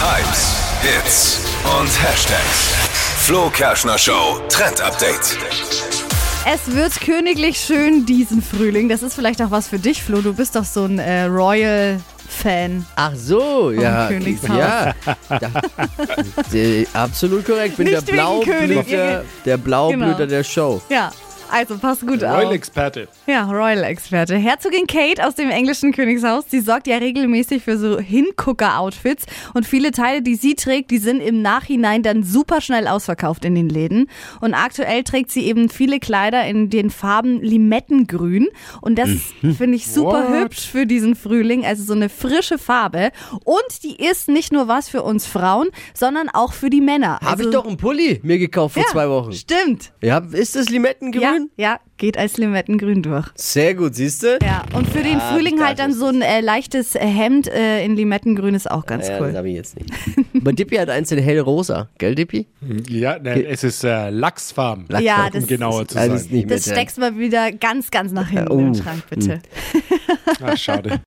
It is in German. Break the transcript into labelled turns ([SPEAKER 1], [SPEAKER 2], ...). [SPEAKER 1] Hypes, Hits und Hashtags. Flo Kerschner Show Trend Update.
[SPEAKER 2] Es wird königlich schön diesen Frühling. Das ist vielleicht auch was für dich, Flo. Du bist doch so ein äh, Royal-Fan.
[SPEAKER 3] Ach so, ja.
[SPEAKER 2] Königshaus.
[SPEAKER 3] Ja, da, äh, absolut korrekt. Bin
[SPEAKER 2] Nicht
[SPEAKER 3] der
[SPEAKER 2] wegen König.
[SPEAKER 3] Blaublüter, der Blaublüter
[SPEAKER 2] Genau.
[SPEAKER 3] der Show.
[SPEAKER 2] Ja, also passt gut auf.
[SPEAKER 4] Royal-Experte.
[SPEAKER 2] Ja, Royal-Experte. Herzogin Kate aus dem englischen Königshaus, die sorgt ja regelmäßig für so Hingucker-Outfits und viele Teile, die sie trägt, die sind im Nachhinein dann super schnell ausverkauft in den Läden. Und aktuell trägt sie eben viele Kleider in den Farben Limettengrün und das
[SPEAKER 3] Mhm.
[SPEAKER 2] finde ich super
[SPEAKER 4] What?
[SPEAKER 2] hübsch für diesen Frühling, also so eine frische Farbe. Und die ist nicht nur was für uns Frauen, sondern auch für die Männer.
[SPEAKER 3] Habe
[SPEAKER 2] also,
[SPEAKER 3] ich doch einen Pulli mir gekauft vor
[SPEAKER 2] ja,
[SPEAKER 3] zwei Wochen.
[SPEAKER 2] Stimmt.
[SPEAKER 3] Ja, ist das Limettengrün?
[SPEAKER 2] Ja, ja, geht als Limettengrün durch.
[SPEAKER 3] Sehr gut, siehst du?
[SPEAKER 2] Ja, und für den Frühling halt dann so ein äh, leichtes Hemd äh, in Limettengrün ist auch ganz
[SPEAKER 3] Ja, das
[SPEAKER 2] cool.
[SPEAKER 3] habe ich jetzt nicht. Aber Dippi hat eins in hellrosa, gell Dippi?
[SPEAKER 4] Ja, ne, es ist äh, Lachsfarben.
[SPEAKER 3] Lachs-
[SPEAKER 2] Ja,
[SPEAKER 3] um
[SPEAKER 2] das,
[SPEAKER 4] um genauer zu
[SPEAKER 3] Alles
[SPEAKER 4] sein.
[SPEAKER 3] nicht mehr
[SPEAKER 2] das steckst mal wieder ganz, ganz nach hinten
[SPEAKER 3] Oh.
[SPEAKER 2] im Schrank, bitte.
[SPEAKER 4] Ach, Ah, schade.